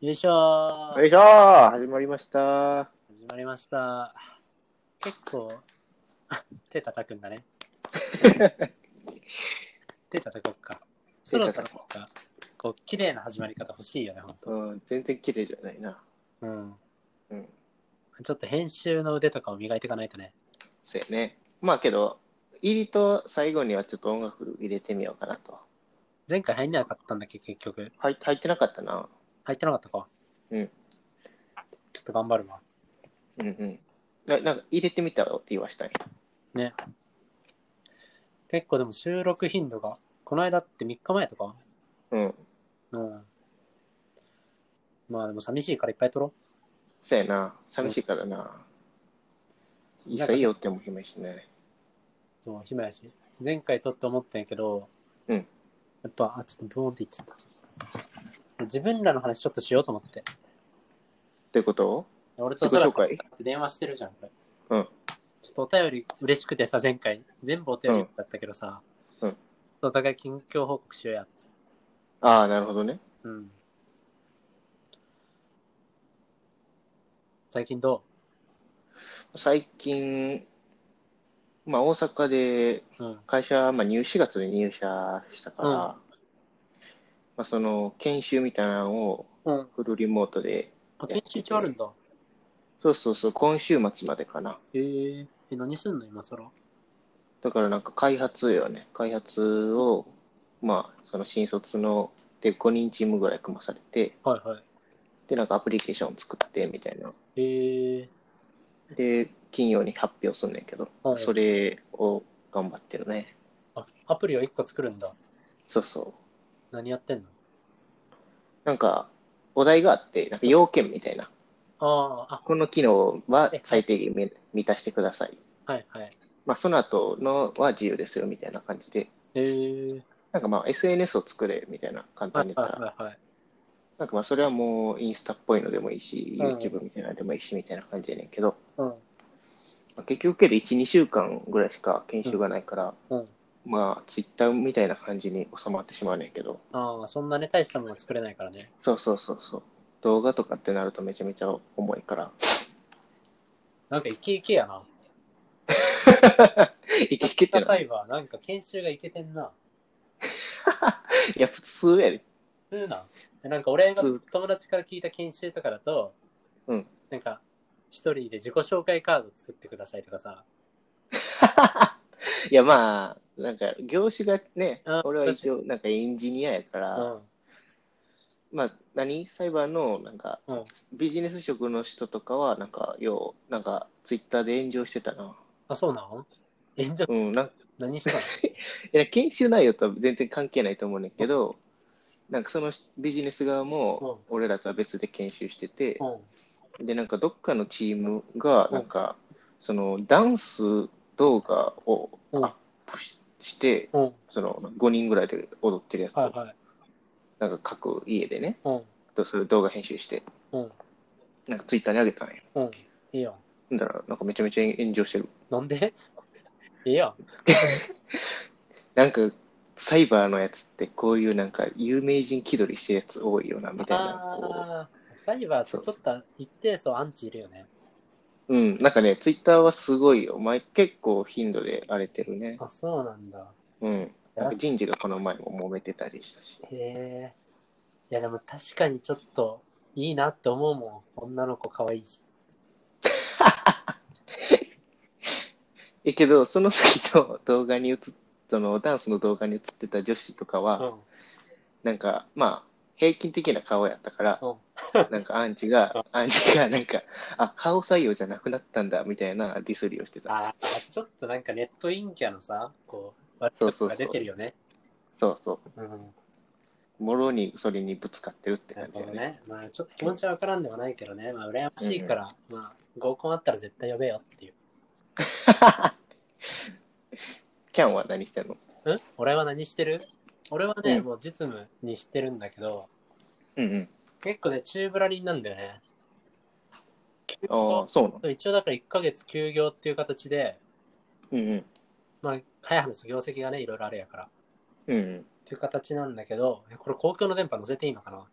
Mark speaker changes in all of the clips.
Speaker 1: よいしょー
Speaker 2: よいしょー始まりました。
Speaker 1: 始まりました。結構、 手叩くんだ ね。手叩こっか。そろそろ
Speaker 2: 手叩こ
Speaker 1: か、こう、綺麗な始まり方欲しいよね、ほんと。
Speaker 2: うん、全然綺麗じゃないな。
Speaker 1: うん。
Speaker 2: うん、
Speaker 1: ちょっと編集の腕とかを磨いていかないとね。
Speaker 2: そうやね。まあけど、入りと最後にはちょっと音楽入れてみようかなと。
Speaker 1: 前回入んなかったんだっけ、結局。
Speaker 2: 入入ってなかったな。
Speaker 1: 入ってなかったか。
Speaker 2: うん。
Speaker 1: ちょっと頑張るわ。
Speaker 2: うんうん。ななんか入れてみたらって言わしたんや。
Speaker 1: 結構でも収録頻度が、この間って3日前とか
Speaker 2: うん。
Speaker 1: うん。まあでも寂しいからいっぱい撮ろう。
Speaker 2: そうやな。寂しいからな。
Speaker 1: ん
Speaker 2: いいさいいよっても暇やしね。
Speaker 1: そう、暇やし。前回撮って思ったんやけど、
Speaker 2: うん
Speaker 1: やっぱ、あ、ちょっとブーンっていっちゃった。自分らの話ちょっとしようと思って。
Speaker 2: ということ
Speaker 1: 俺と
Speaker 2: 自己
Speaker 1: 空
Speaker 2: 紹介
Speaker 1: って電話してるじゃん、これ。
Speaker 2: うん。
Speaker 1: ちょっとお便り嬉しくてさ、前回。全部お便りだったけどさ、
Speaker 2: うんう
Speaker 1: ち
Speaker 2: ん
Speaker 1: ょっとお互い近況報告しようや。
Speaker 2: ああ、なるほどね。
Speaker 1: うん。最近ど
Speaker 2: 最近、まあ大阪で
Speaker 1: ううん。
Speaker 2: 会社、まあ、入4月で入社したから、
Speaker 1: うん
Speaker 2: まあ、その研修みたいなのを
Speaker 1: うん。
Speaker 2: フルリモートで、
Speaker 1: あ、研修中あるんだ。
Speaker 2: そうそうそう、今週末までかな。
Speaker 1: へえー。え、何すんの今更。
Speaker 2: だからなんか開発よね。開発を、まあ、その新卒の、で、5人チームぐらい組まされて、
Speaker 1: はいはい。
Speaker 2: で、なんかアプリケーション作って、みたいな。
Speaker 1: へえ
Speaker 2: で、金曜に発表すんねんけど、
Speaker 1: ー。はい
Speaker 2: それを頑張ってるね。
Speaker 1: あ、アプリを1個作るんだ。
Speaker 2: そうそう。
Speaker 1: 何やってんの
Speaker 2: なんか、お題があって、なんか要件みたいな。
Speaker 1: ああ、
Speaker 2: この機能は最低限満満たしてください。
Speaker 1: あ、はいはい。
Speaker 2: まあ、その後のは自由ですよみたいな感じで、
Speaker 1: えー、
Speaker 2: なんかまあ SNS を作れみたいな簡
Speaker 1: は
Speaker 2: 単
Speaker 1: い
Speaker 2: に言ったら、
Speaker 1: はいはい。
Speaker 2: なんかまあそれはもうインスタっぽいのでもいいし、
Speaker 1: うん
Speaker 2: YouTube みたいなのでもいいしみたいな感じやねんけど、
Speaker 1: うん、
Speaker 2: まあ結局けど1、2週間ぐらいしか研修がないから、
Speaker 1: うん。
Speaker 2: まあ Twitter みたいな感じに収まってしまうねんけど、
Speaker 1: ああ、そんなね、大したものは作れないからね。
Speaker 2: そうそうそうそう。動画とかってなるとめちゃめちゃ重い から、
Speaker 1: なんかイケイケやな。
Speaker 2: いけいけってな。い
Speaker 1: サイバー、なんか研修がイケてんな。
Speaker 2: や、普通やで。
Speaker 1: 普通なん。えなんか俺が
Speaker 2: 普通
Speaker 1: 友達から聞いた研修とかだと、
Speaker 2: うん。
Speaker 1: なんか、一人で自己紹介カード作ってくださいとかさ。
Speaker 2: いや、まあ、なんか、業種がね
Speaker 1: うん、
Speaker 2: 俺は一応、なんかエンジニアやか
Speaker 1: う
Speaker 2: ら、
Speaker 1: ん。
Speaker 2: まあ、何サイバーの、なんか、
Speaker 1: うん
Speaker 2: ビジネス職の人とかは、なんか、よう、なんか、ツイッターで炎上してたな。
Speaker 1: あ、そうなのえ、じゃ
Speaker 2: うん、なん
Speaker 1: 何したの
Speaker 2: いや研修内容とは全然関係ないと思うねんけど、なんか、そのビジネス側も、俺らとは別で研修してて、
Speaker 1: うん。
Speaker 2: で、なんか、どっかのチームが、
Speaker 1: うん
Speaker 2: なんか、その、ダンス動画をア
Speaker 1: うん
Speaker 2: ップしして、
Speaker 1: うん。
Speaker 2: その、5人ぐらいで踊ってるやつを
Speaker 1: はいはい。
Speaker 2: なんか各家でね、
Speaker 1: うん。
Speaker 2: とそれ動画編集して、
Speaker 1: うん。
Speaker 2: なんかツイッターに上げたんや。
Speaker 1: うん。いいよ。
Speaker 2: だから、なんかめちゃめちゃ炎上してる。
Speaker 1: なん でいいやん。
Speaker 2: なんか、サイバーのやつってこういうなんか有名人気取りしてるやつ多いよな、みたいな。こ
Speaker 1: あーサイバーってちょっと一定層アンチいるよね。
Speaker 2: ううん、なんかね、ツイッターはすごいよ。前結構頻度で荒れてるね。
Speaker 1: あ、そうなんだ。
Speaker 2: うん。なんか人事がこの前も揉めてたりしたし。
Speaker 1: へえ。いや、でも確かにちょっといいなって思うもん。女の子可愛いし。
Speaker 2: え、けど、その時の動画に映っそのダンスの動画に映ってた女子とか
Speaker 1: う
Speaker 2: は、
Speaker 1: ん。
Speaker 2: なんか、まあ、平均的な顔やったから
Speaker 1: うん、
Speaker 2: なんかアンチが、アンチが、なんか、あ、顔採用じゃなくなったんだ、みたいなディスりをしてた。
Speaker 1: ああ、ちょっとなんかネットインキャのさ、こう、悪い
Speaker 2: そう
Speaker 1: と
Speaker 2: そ
Speaker 1: こ
Speaker 2: うそ
Speaker 1: が出
Speaker 2: う
Speaker 1: てるよね。
Speaker 2: そうそ
Speaker 1: うん。
Speaker 2: う。もろにそれにぶつかってるって
Speaker 1: なる
Speaker 2: 感
Speaker 1: ほ
Speaker 2: じだ
Speaker 1: ど
Speaker 2: ね。
Speaker 1: ね。まあちょっと気持ちはわからんではないけどね。まあ羨ましいから、まあ合コンあったら絶対呼べよっていう。
Speaker 2: キャンは何してんの
Speaker 1: うん俺は何してる俺はね、
Speaker 2: うん
Speaker 1: もう実務にしてるんだけど、
Speaker 2: うんうん。
Speaker 1: 結構ね、宙ぶらりんなんだよね。
Speaker 2: ああ、そうなの。
Speaker 1: 一応だから1ヶ月休業っていう形で、
Speaker 2: うんうん。
Speaker 1: まあ、早い話、業績がね、いろいろあれやから。っ
Speaker 2: うんうん。
Speaker 1: ていう形なんだけど、えこれ公共の電波載せていいのかな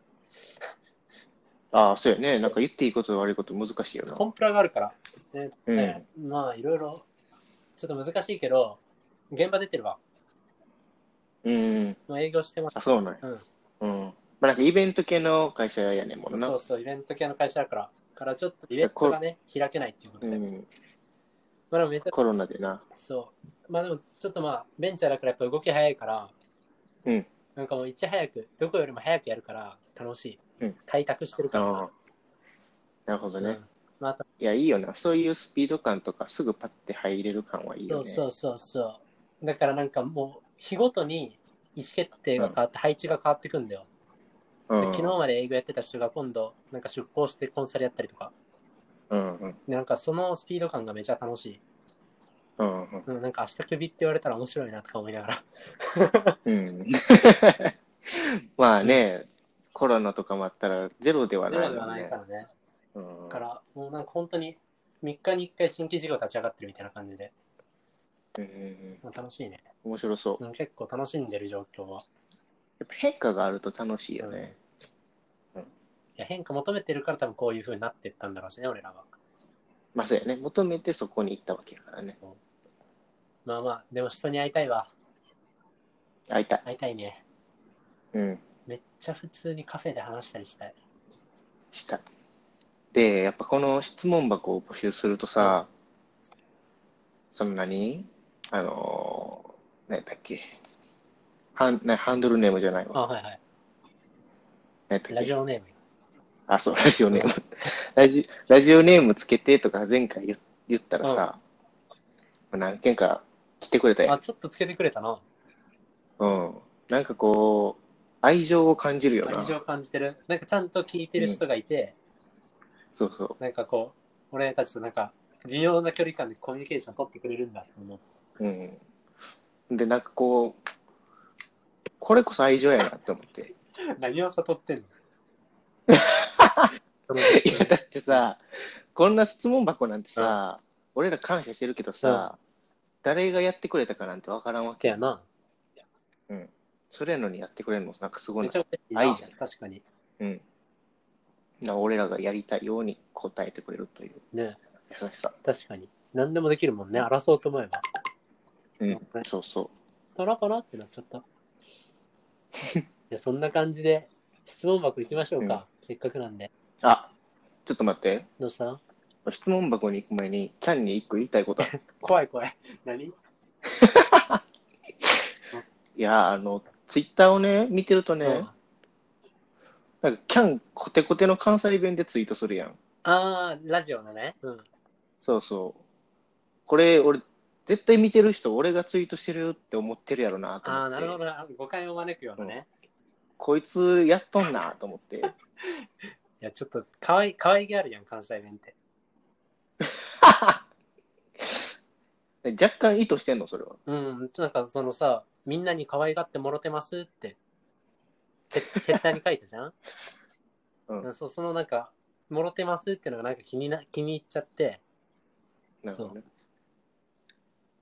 Speaker 2: ああ、そうやね。なんか言っていいことと悪いこと難しいよ
Speaker 1: コンプラがあるから。ね
Speaker 2: うん
Speaker 1: ねまあ、いろいろ、ちょっと難しいけど、現場出てれば、
Speaker 2: な。うん。
Speaker 1: もう営業してます
Speaker 2: あ、。そうなんや。
Speaker 1: うん。
Speaker 2: うん。まあ、なんかイベント系の会社やねんもんな。
Speaker 1: そうそう、イベント系の会社だから、からちょっとイベントがね、開けないっていうこと
Speaker 2: う
Speaker 1: で。ま
Speaker 2: ん。
Speaker 1: あでもめっちゃ、
Speaker 2: コロナでな。
Speaker 1: そう。まあでも、ちょっとまあ、ベンチャーだからやっぱ動き早いから、
Speaker 2: うん。
Speaker 1: なんかもういち早く、どこよりも早くやるから、楽しい。
Speaker 2: うん。
Speaker 1: 開拓してる
Speaker 2: あ
Speaker 1: から。
Speaker 2: あ。なるほどね。
Speaker 1: うんまあ、
Speaker 2: いや、いいよな。そういうスピード感とか、すぐパッて入れる感はいい
Speaker 1: そ
Speaker 2: よ
Speaker 1: う
Speaker 2: ね。
Speaker 1: そううそうそう。だからなんかもう、日ごとに意思決定が変わって、配置が変わってくんだよ。
Speaker 2: そ
Speaker 1: で昨日まで営業やってた人が今度、なんか出向してコンサルやったりとか。
Speaker 2: うんうん
Speaker 1: でなんかそのスピード感がめちゃ楽しい。
Speaker 2: うんうん
Speaker 1: うん、なんか明日クビって言われたら面白いなとか思いなが ら。
Speaker 2: うん。まあね、コロナとかもあったらゼロでは
Speaker 1: ゼ
Speaker 2: な
Speaker 1: ロ
Speaker 2: い
Speaker 1: では
Speaker 2: もん
Speaker 1: ない
Speaker 2: ね
Speaker 1: か。らね。
Speaker 2: うん
Speaker 1: だから、もうなんか本当に3日に1回新規事業立ち上がってるみたいな感じで、
Speaker 2: うんうんうん
Speaker 1: まあ楽しいね。
Speaker 2: 面白そう。
Speaker 1: うん結構楽しんでる状況は。
Speaker 2: やっぱ変化があると楽しいよ
Speaker 1: うんい
Speaker 2: ね。
Speaker 1: や変化求めてるから多分こういう風になってったんだろうしね、俺らは。
Speaker 2: まあそうやね。求めてそこに行ったわけやからね。
Speaker 1: まあまあ、でも人に会いたいわ。
Speaker 2: 会いたい。
Speaker 1: 会いたいね。
Speaker 2: うん。
Speaker 1: めっちゃ普通にカフェで話したりしたい。
Speaker 2: したい。で、やっぱこの質問箱を募集するとさ、そんなに、あのー、何やったっけ。ハンなハンドルネームじゃないわ。
Speaker 1: あ、はいはい。
Speaker 2: 何やったっけ
Speaker 1: ラジオネーム。
Speaker 2: あ、そう、ラジオネーム。ラジラジオネームつけてとか前回言言ったらさ、何件か来てくれたや
Speaker 1: あ、
Speaker 2: ん。
Speaker 1: ちょっとつけてくれたな。
Speaker 2: うん。なんかこう、愛情を感じるよな。
Speaker 1: 愛
Speaker 2: そ
Speaker 1: 情感じてる。なんかちゃんと聞いてる人がいて、
Speaker 2: うそ
Speaker 1: なんかこう、俺たちとなんか、微妙な距離感でコミュニケーション取ってくれるんだと思う。
Speaker 2: う。うん。で、なんかこう、これこそ愛情やなって思って。
Speaker 1: 何を悟ってんの その
Speaker 2: いや、だってさ、こんな質問箱なんてさ、俺ら感謝してるけどさ、誰がやってくれたかなんてわからんわ
Speaker 1: 時
Speaker 2: け。
Speaker 1: やな。
Speaker 2: それやのにやってくれるの、なんかすごい
Speaker 1: め
Speaker 2: な
Speaker 1: ちゃくちゃいいな
Speaker 2: 愛じゃん
Speaker 1: 確かに。
Speaker 2: うん。な俺らがやりたいように答えてくれるという
Speaker 1: ね
Speaker 2: 優しさ。
Speaker 1: 確かに。何でもできるもんね。争おうと思えば。
Speaker 2: うん。そうそ
Speaker 1: パラパラってなっちゃ った。じゃあそんな感じで、質問箱行きましょうか。せっかくなんで。
Speaker 2: う。あ、ちょっと待って。
Speaker 1: どうした
Speaker 2: 質問箱に行く前に、キャンに一個言いたいことある。
Speaker 1: 怖い怖い。何
Speaker 2: いやー、あの、ツイッターをね、見てるとね、
Speaker 1: うん
Speaker 2: なんか、キャンコテコテの関西弁でツイートするやん。
Speaker 1: ああ、ラジオのね。うん。
Speaker 2: そうそう。これ、俺、絶対見てる人、俺がツイートしてるって思ってるやろなと思
Speaker 1: あ
Speaker 2: って。
Speaker 1: あ、なるほどな。誤解を招くようなね。
Speaker 2: こいつ、やっとんなと 思って。
Speaker 1: いや、ちょっとかわい、かわいげあるやん、関西弁って。
Speaker 2: 若干意図してんの、それは。
Speaker 1: うん、なんかそのさ、みんなに可愛がってもろてますって、ヘッヘッダーに書いたじゃん、
Speaker 2: うん
Speaker 1: そうそのなんか、もろてますってのがなんか気にな気に入っちゃって、
Speaker 2: なるほどね。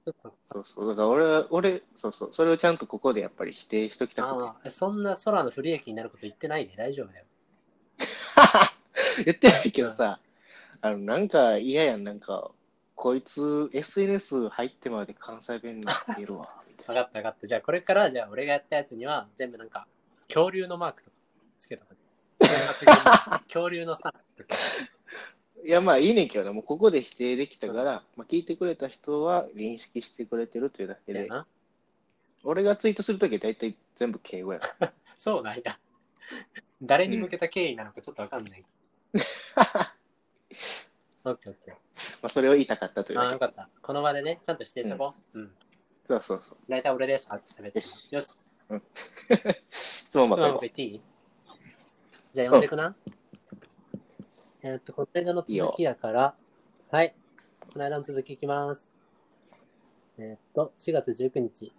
Speaker 1: ちょっと、
Speaker 2: そうそう。だから俺は、俺、そうそう。それをちゃんとここでやっぱり否定しときたく
Speaker 1: ああ、そんな空の不利益になること言ってないで大丈夫だよ。
Speaker 2: て。 言ってないけどさ、あの、なんか嫌やん。なんか、こいつ SNS 入ってまで関西弁になって るわ、みたい
Speaker 1: 分かった分かった。じゃあこれから、じゃあ俺がやったやつには全部なんか、恐竜のマークとかつけとく。 恐竜のスタンプとか。
Speaker 2: な。いや、まあいいねんけどな。もうここで否定できたから、まあ聞いてくれた人は認識してくれてるというだけ
Speaker 1: だよ
Speaker 2: で、
Speaker 1: な。
Speaker 2: 俺がツイートするときは大体全部敬語やから。
Speaker 1: そうなんや。誰に向けた敬意なのかちょっと分かんない。 オッケーオッケー。
Speaker 2: まあそれを言いたかったという
Speaker 1: ああ、
Speaker 2: だ
Speaker 1: よ
Speaker 2: け。
Speaker 1: かった。この場でね、ちゃんと指定しとこう。うん。
Speaker 2: そうそうそう。
Speaker 1: 大体俺です。あ、食べて
Speaker 2: よし。
Speaker 1: よし。
Speaker 2: 質問
Speaker 1: 今
Speaker 2: 箱
Speaker 1: の
Speaker 2: 行
Speaker 1: こと
Speaker 2: こ
Speaker 1: 言っていいじゃあ読んでくな。えーっと、この間の続きやから、はい。この間の続きいきます。えーっと、4月19日。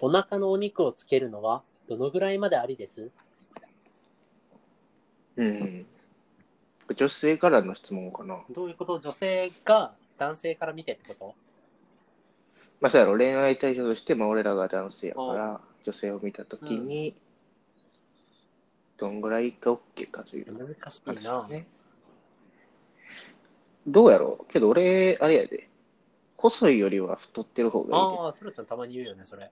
Speaker 1: お腹のお肉をつけるのは、どのぐらいまでありです
Speaker 2: う。うん。女性からの質問かな。
Speaker 1: どういうこと女性が男性から見てってこと
Speaker 2: まあ、そうやろ、恋愛対象として、まあ、俺らが男性やから、女性を見たときに、どんぐらいが OK かという
Speaker 1: 難しい
Speaker 2: 話
Speaker 1: な。
Speaker 2: ね。どうやろうけど俺、あれやで。細いよりは太ってる方がいいで。
Speaker 1: ああ、そらちゃんたまに言うよね、それ。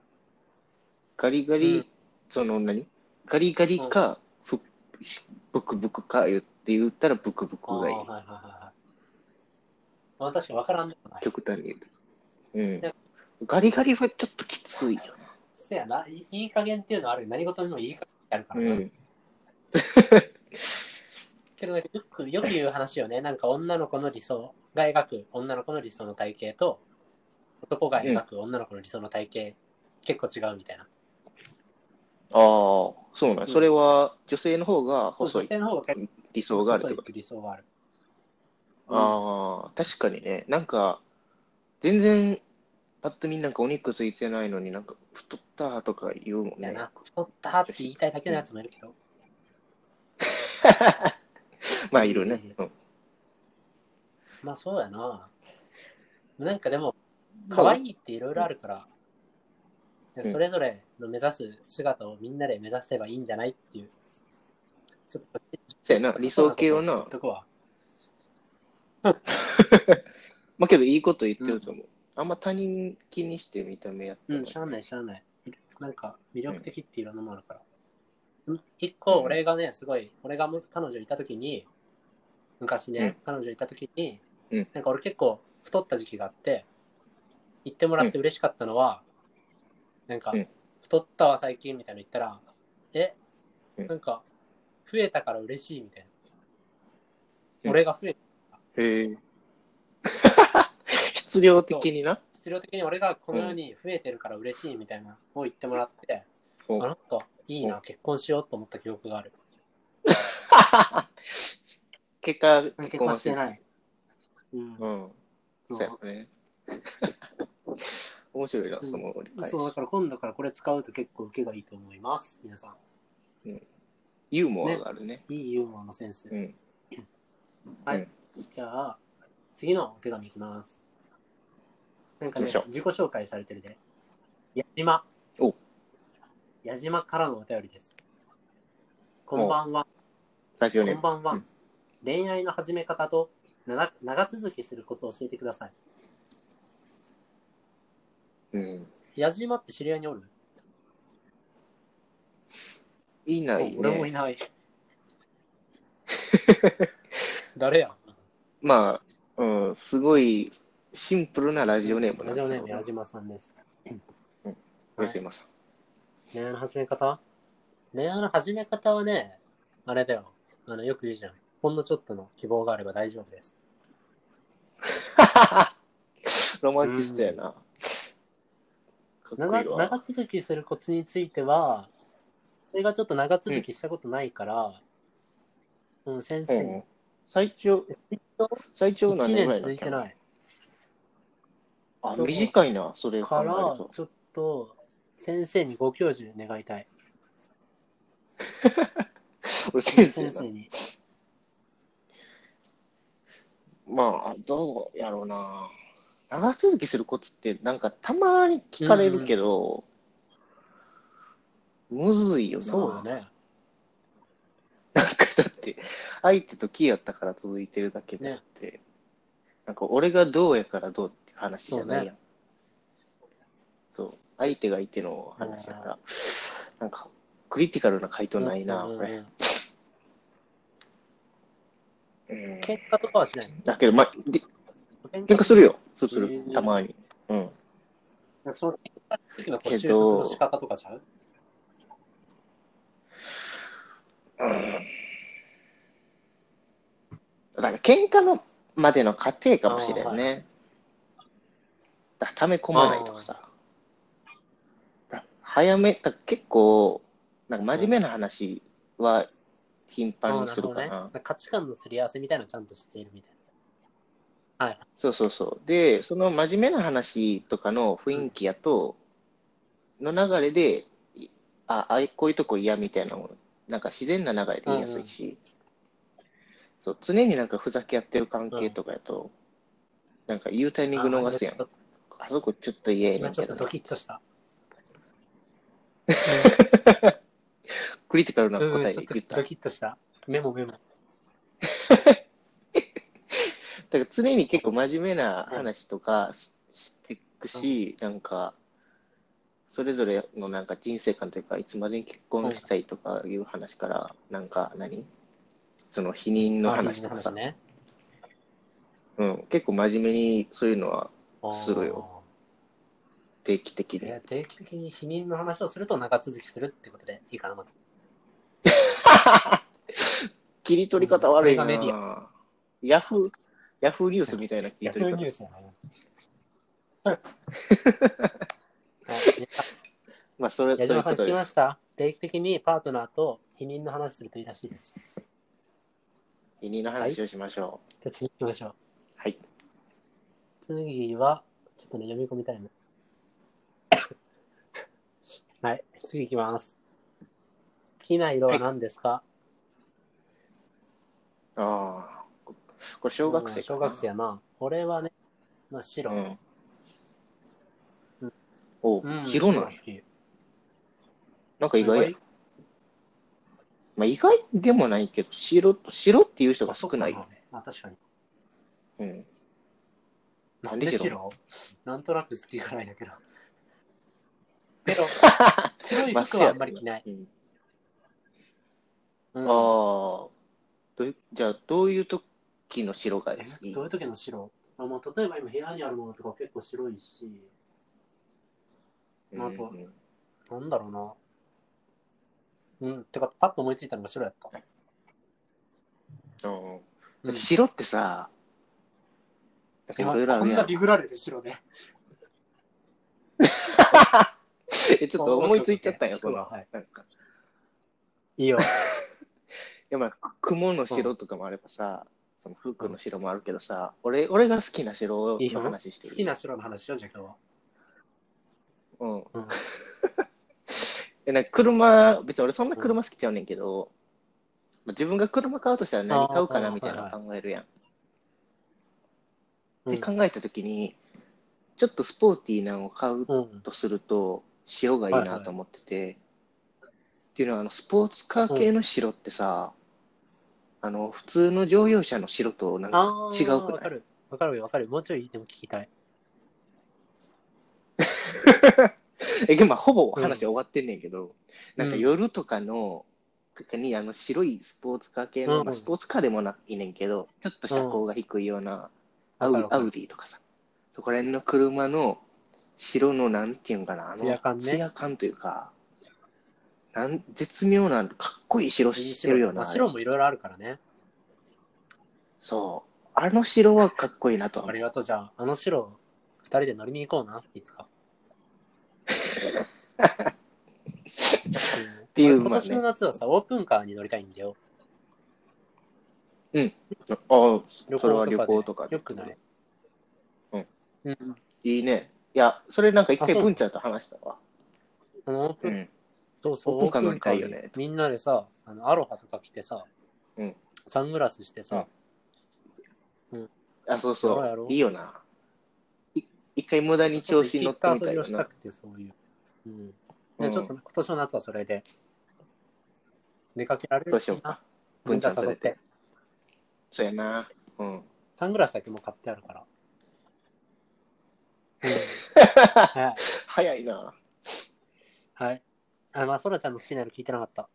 Speaker 2: ガリガリ、
Speaker 1: うん
Speaker 2: その何ガリガリか、ふしブクブクか言って言ったらブクブ
Speaker 1: ああ
Speaker 2: クがいい。
Speaker 1: はいはいはいはい。まあ、確かに分からんでもない。
Speaker 2: 極端に言うと
Speaker 1: で。
Speaker 2: うん。ガリガリはちょっときついよ
Speaker 1: せやな、いいい加減っていうのはあるよ何事にもいい加減ってあるか
Speaker 2: な。
Speaker 1: ら
Speaker 2: う
Speaker 1: な。
Speaker 2: ん。
Speaker 1: けどなんかよく、よく言う話よね。なんか女の子の理想が描く女の子の理想の体型と、男が描く女の子の理想の体型、結構違うみたいな。
Speaker 2: ああ、そうなん、
Speaker 1: うん
Speaker 2: それは女性の方が細
Speaker 1: 女
Speaker 2: い
Speaker 1: 性の方が
Speaker 2: 理想があるって
Speaker 1: 細い
Speaker 2: こ
Speaker 1: っ
Speaker 2: と。
Speaker 1: て理想がある。あ。
Speaker 2: ああ、確かにね。なんか、全然、パッと見なんかお肉ついてないのになんか太ったとか言うもん
Speaker 1: だ
Speaker 2: ね。
Speaker 1: な。太ったって言いたいだけのやつもいるけど。
Speaker 2: まあ、いるね。うん。
Speaker 1: まあそうやな。なんかでも、可愛いっていろいろあるから、いや
Speaker 2: うん
Speaker 1: それぞれの目指す姿をみんなで目指せばいいんじゃないっていう。ちょっと
Speaker 2: そうやな、理想系は
Speaker 1: 言
Speaker 2: な
Speaker 1: っ。とこわ
Speaker 2: まあけどいいこと言ってると思う。あんま他人気にして見た目やった
Speaker 1: う
Speaker 2: ら
Speaker 1: ん、しゃあない、しゃあない。なんか、魅力的っていろんなものあるから。うん一個、俺がね、すごい、俺がも彼女いたときに、昔ね、彼女いたときに、
Speaker 2: うん
Speaker 1: なんか俺結構太った時期があって、言ってもらって嬉しかったのは、なんか、
Speaker 2: うん
Speaker 1: 太ったわ最近みたいなの言ったら、え、
Speaker 2: うん
Speaker 1: なんか、増えたから嬉しいみたいな。
Speaker 2: うん
Speaker 1: 俺が増え
Speaker 2: へえ。質量的にな。
Speaker 1: 質量的に俺がこのように増えてるから嬉しいみたいなのを言ってもらって、
Speaker 2: お
Speaker 1: あなんかいいな、結婚しようと思った記憶がある。
Speaker 2: 結果、。
Speaker 1: 結婚はしてないい。うん
Speaker 2: うん。そうや ね。面白いな、その折り返し
Speaker 1: そう、だから今度からこれ使うと結構受けがいいと思います。皆さ
Speaker 2: ユーモアがあるね。
Speaker 1: ん。いいユーモアのセンス。
Speaker 2: うん。
Speaker 1: はい。
Speaker 2: うん
Speaker 1: じゃあ、次のお手紙いきます。なんかね
Speaker 2: 行きましょ、う
Speaker 1: 自己紹介されてるで。矢島。
Speaker 2: お
Speaker 1: 矢島からのお便りです。こんばんは。
Speaker 2: ラジオ
Speaker 1: こ
Speaker 2: ネー
Speaker 1: ん
Speaker 2: ム。
Speaker 1: ばんは。
Speaker 2: うん
Speaker 1: 恋愛の始め方と長長続きするコツを教えてください。
Speaker 2: うん。
Speaker 1: 矢島って知り合いにおる、
Speaker 2: いない
Speaker 1: お俺もい
Speaker 2: ね。
Speaker 1: ない。誰や
Speaker 2: まあ、うん、すごいシンプルなラジオネームな
Speaker 1: ラジオネーム矢島さんです。
Speaker 2: 吉山さん。
Speaker 1: 恋愛の始め方恋愛の始め方はね、あれだよ。あの、よく言うじゃん。ほんのちょっとの希望があれば大丈夫です。
Speaker 2: ロマンチストやな。かっこい
Speaker 1: 長
Speaker 2: いわ。
Speaker 1: 長続きするコツについては、それがちょっと長続きしたことないから、うん、先
Speaker 2: う
Speaker 1: 生、
Speaker 2: ん。最長
Speaker 1: 長、
Speaker 2: 最長
Speaker 1: 1
Speaker 2: 何年ぐ
Speaker 1: 年
Speaker 2: らいだ
Speaker 1: 続
Speaker 2: っ
Speaker 1: い
Speaker 2: け
Speaker 1: てない。
Speaker 2: あ、短いな、それ考
Speaker 1: か
Speaker 2: える
Speaker 1: ら
Speaker 2: と、。
Speaker 1: ちょっと、先生にご教授願いたい。
Speaker 2: 俺先生
Speaker 1: 先
Speaker 2: な
Speaker 1: 生。に。
Speaker 2: まあ、どうやろうな。長続きするコツって、なんかたまに聞かれるけど、むずいよな。
Speaker 1: そうだね。
Speaker 2: なんか だって、相手と気やったから続いてるだけであって、なんか俺がどうやからどうって話じゃないやん。そう,、相手がいての話だから、なんかクリティカルな回答ないな、
Speaker 1: うんうん
Speaker 2: これ。うん、
Speaker 1: 喧嘩とかはしない。
Speaker 2: だけど、まあ、り
Speaker 1: 喧
Speaker 2: 喧嘩するよ。そうす
Speaker 1: へ
Speaker 2: る
Speaker 1: ー。
Speaker 2: たまに。うん。
Speaker 1: なんかその喧嘩の時のこう
Speaker 2: けど
Speaker 1: 収録の仕方とかちゃう
Speaker 2: だから喧嘩のまでの過程かもしれんね。だから溜め込まないとかさ。だ早め、だから結構、なんか真面目な話は頻繁にするかな。
Speaker 1: あーなるほどねなんか価値観のすり合わせみたいなのちゃんとしているみたいな。はい。
Speaker 2: そうそうそう。で、その真面目な話とかの雰囲気やと、の流れで、いあ、あこういうとこ嫌みたいなのも、なんか自然な流れで言いやすいし、そう、常になんかふざけ合ってる関係とかやと、なんか言うタイミング逃すやん。
Speaker 1: あー
Speaker 2: あそこちょっと言えへん
Speaker 1: 今ちょ
Speaker 2: け
Speaker 1: っと
Speaker 2: ど
Speaker 1: ド
Speaker 2: な、
Speaker 1: キッとした。
Speaker 2: クリティカルな
Speaker 1: うんう
Speaker 2: 答
Speaker 1: ん、
Speaker 2: え
Speaker 1: ちょっと
Speaker 2: 言った。
Speaker 1: ドキッとした。メモメモ。
Speaker 2: だから常に結構真面目な話とかししていくし、なんか、それぞれのなんか人生観というか、いつまでに結婚したいとかいう話から、なんか何その否認の話と
Speaker 1: あ
Speaker 2: か
Speaker 1: 話
Speaker 2: さ、
Speaker 1: ね。
Speaker 2: うん、結構真面目にそういうのは
Speaker 1: あー
Speaker 2: するよ。定期的に。
Speaker 1: えー定期的に否認の話をすると長続きするってことでいいかな、まだ
Speaker 2: 切り取り方悪いな、
Speaker 1: うんこれがメデ
Speaker 2: ヤフー、ヤフーニュースみたいな切り
Speaker 1: ヤフ
Speaker 2: 取
Speaker 1: ー
Speaker 2: り
Speaker 1: ニュ
Speaker 2: 方
Speaker 1: ー。スやな。 はいね
Speaker 2: まあ、それ、
Speaker 1: 矢
Speaker 2: そういう
Speaker 1: 島さん
Speaker 2: こと
Speaker 1: 聞き
Speaker 2: で。
Speaker 1: ますした定期的にパートナーと否認の話するといいらしいです。
Speaker 2: 否認の話をしましょう。
Speaker 1: じゃあ次行きましょう。
Speaker 2: はい。
Speaker 1: 次は、ちょっとね、読み込みたい な。はい、次行きます。好きな色は何ですか、
Speaker 2: ああ。これ、小学
Speaker 1: う
Speaker 2: 生
Speaker 1: ん
Speaker 2: か
Speaker 1: 小
Speaker 2: な
Speaker 1: 学生やな。俺はね、まあ、白。
Speaker 2: うん。お
Speaker 1: うん
Speaker 2: 白な
Speaker 1: が
Speaker 2: の
Speaker 1: 好き
Speaker 2: なんか意外や。まあ、意外でもないけど、白、白っていう人が少ない。
Speaker 1: あ、確かに。
Speaker 2: うん。な
Speaker 1: なんん
Speaker 2: で
Speaker 1: で
Speaker 2: 白
Speaker 1: 白なんとなく好きからやけ ど。けど、白い
Speaker 2: まあ
Speaker 1: 服はあんまり着ない。
Speaker 2: うん
Speaker 1: う
Speaker 2: ああ
Speaker 1: ん。
Speaker 2: どういう。じゃあ、どういう時の白がい
Speaker 1: え
Speaker 2: い
Speaker 1: どういう時の白あ、まあ、例えば今部屋にあるものとか結構白いし、まああと
Speaker 2: うん
Speaker 1: なんだろうな。うん、てか、パッと思いついたのが白やった。
Speaker 2: うん
Speaker 1: うん、い
Speaker 2: 白ってさ、なんかい
Speaker 1: や
Speaker 2: ろいろあ
Speaker 1: こ
Speaker 2: る
Speaker 1: ん
Speaker 2: や。
Speaker 1: なんビグられて白ね。
Speaker 2: え、ちょっと思いついちゃったよ、そ
Speaker 1: 白
Speaker 2: の
Speaker 1: は。はい。
Speaker 2: なんか。
Speaker 1: いいよ。
Speaker 2: いやまあ、雲の白とかもあればさ、その服の白もあるけどさ、俺俺が好きな白の話して
Speaker 1: 好
Speaker 2: る。
Speaker 1: きな白の話しよう、じゃあ今日は。
Speaker 2: うん。
Speaker 1: うん
Speaker 2: えなんか車、別に俺そんな車好きちゃうねんけど、まあ、自分が車買うとしたら何買うかな
Speaker 1: あー
Speaker 2: みたいなの考えるやん。
Speaker 1: う
Speaker 2: で
Speaker 1: ん
Speaker 2: 考えたときに、ちょっとスポーティーなのを買う
Speaker 1: うん。
Speaker 2: とすると、白がいいなと思ってて、っていうのはあの、スポーツカー系の白ってさ、あの、普通の乗用車の白となん
Speaker 1: あ
Speaker 2: か
Speaker 1: あ、
Speaker 2: 違う
Speaker 1: わ
Speaker 2: くな
Speaker 1: か
Speaker 2: い
Speaker 1: る。わかるよ、わかる。もうちょいでも聞きたい。
Speaker 2: え、でもまあほぼ話終わってんねんけど、
Speaker 1: うん
Speaker 2: なんか夜とかの、とかにあの白いスポーツカー系の、
Speaker 1: うん
Speaker 2: まあ、スポーツカーでもないねんけど、ちょっと車高が低いような、アウ
Speaker 1: わかるわか
Speaker 2: ア
Speaker 1: る
Speaker 2: ウディとかさ、そこら辺の車の白のなんていうんかな、あの、
Speaker 1: ツヤ感ね
Speaker 2: ツヤ感というか、なん絶妙な、かっこいい白してるよ
Speaker 1: ま
Speaker 2: な。
Speaker 1: あ
Speaker 2: あれ
Speaker 1: 白もいろいろあるからね。
Speaker 2: そう。あの白はかっこいいなと
Speaker 1: あ
Speaker 2: は思
Speaker 1: り
Speaker 2: う。
Speaker 1: がとう。じゃあ、あの白、二人で乗りに行こうな、いつか。って
Speaker 2: いうまあね
Speaker 1: 今年の夏はさ、オープンカーに乗りたいんだよ。
Speaker 2: あ
Speaker 1: 旅
Speaker 2: あ、
Speaker 1: 行とか
Speaker 2: それは
Speaker 1: で。
Speaker 2: 旅行とかで
Speaker 1: よくない。
Speaker 2: うん。
Speaker 1: うん。
Speaker 2: いいね。いや、それなんか一
Speaker 1: あそ
Speaker 2: 回
Speaker 1: う
Speaker 2: 文ちゃんと話したわ。
Speaker 1: あの、オープ
Speaker 2: う
Speaker 1: ン、
Speaker 2: ん。
Speaker 1: そうそう、
Speaker 2: オープンカー
Speaker 1: オ
Speaker 2: 乗りたいよね
Speaker 1: ープンカーでみんなでさ、あのアロハとか着てさ、
Speaker 2: うん
Speaker 1: サングラスしてさ、
Speaker 2: あ、そうそ
Speaker 1: やろうやろ
Speaker 2: う。
Speaker 1: う
Speaker 2: いいよな。い一回無駄に調子に乗ってみたい
Speaker 1: ちょ
Speaker 2: よ
Speaker 1: っと行った遊びをした
Speaker 2: な。
Speaker 1: くて、そういう。うん。
Speaker 2: う
Speaker 1: で、
Speaker 2: ん
Speaker 1: ちょっと今年の夏はそれで、出かけられる
Speaker 2: そうしようか。
Speaker 1: 文
Speaker 2: 文ちゃ
Speaker 1: 化
Speaker 2: ん
Speaker 1: 誘
Speaker 2: それ
Speaker 1: っ
Speaker 2: で
Speaker 1: て。。
Speaker 2: そうやな。うん。
Speaker 1: サングラスだけもう買ってある から。はい。
Speaker 2: 早いな。
Speaker 1: はい。あ、まあ、ソラちゃんの好きな色聞いてなかった。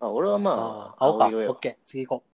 Speaker 2: あ、俺はま
Speaker 1: あ
Speaker 2: あ、
Speaker 1: 青か。オ
Speaker 2: 色や
Speaker 1: ッ
Speaker 2: わ
Speaker 1: ケー。次行こ